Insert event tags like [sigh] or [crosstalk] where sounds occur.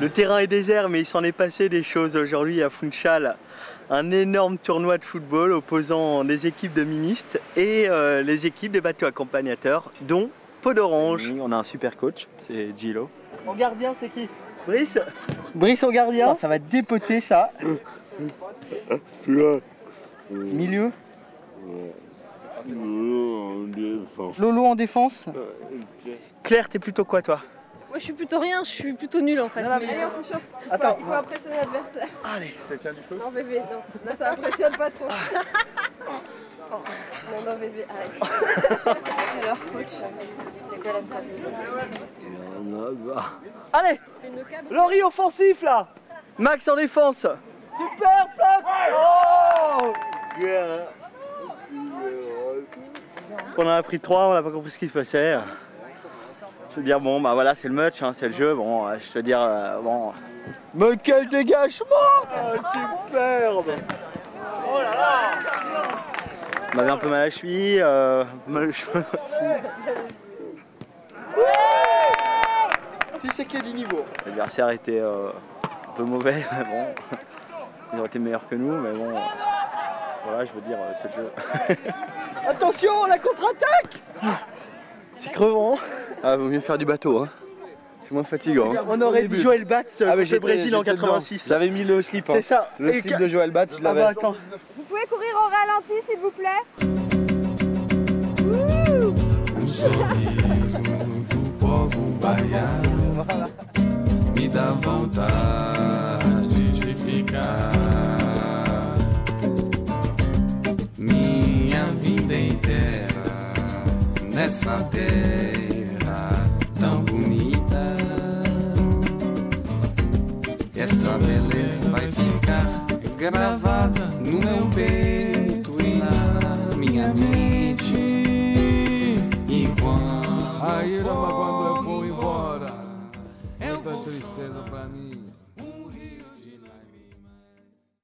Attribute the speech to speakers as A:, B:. A: Le terrain est désert, mais il s'en est passé des choses aujourd'hui à Funchal. Un énorme tournoi de football opposant les équipes de ministres et euh, les équipes des bateaux accompagnateurs, dont Peau d'Orange.
B: On a un super coach, c'est Gilo.
A: Mon gardien, c'est qui Brice Brice au gardien Ah, Ça va dépoter ça. Milieu Lolo en défense Claire, t'es plutôt quoi toi
C: Moi, je suis plutôt rien, je suis plutôt nul en fait.
D: Allez, on s'échauffe. Il faut-
A: Attends.
D: Il faut impressionner l'adversaire.
A: Allez
D: Non, bébé, non. Non, ça impressionne pas trop. Non, non, bébé, arrête. Alors, coach, c'est quoi la stratégie
A: Allez Laurie offensif là Max en défense Super Max Oh On en a pris trois, on n'a pas compris ce qui se passait. Je veux dire, bon, bah voilà, c'est le match, hein, c'est le jeu. Bon, euh, je te dire, euh, bon. Mais quel dégagement Superbe On m'avait un peu mal à la cheville, euh, mal au cheveu aussi.
B: Tu sais qu'il y a du niveau.
A: L'adversaire était euh, un peu mauvais, [laughs] mais bon. Ils auraient été meilleurs que nous, mais bon. euh, Voilà, je veux dire, euh, c'est le jeu.
B: Attention, la contre-attaque C'est crevant. Ah, vaut mieux faire du bateau. Hein. C'est moins fatigant. hein.
A: On aurait
B: Au
A: dit
B: début.
A: Joël Batz euh,
B: Ah, mais
A: contre le
B: j'étais-
A: Brésil en
B: j'étais dedans.
A: 86.
B: J'avais mis le slip. hein.
A: C'est ça.
B: Le
A: Et
B: slip
A: que-
B: de Joël Batch, je
A: Ah bah
B: l'avais.
A: attends.
D: Vous pouvez courir au ralenti, s'il vous plaît
E: Um sorriso do povo baiano me dá vontade de ficar minha vida inteira nessa terra tão bonita. Essa beleza vai ficar gravada no meu peito. um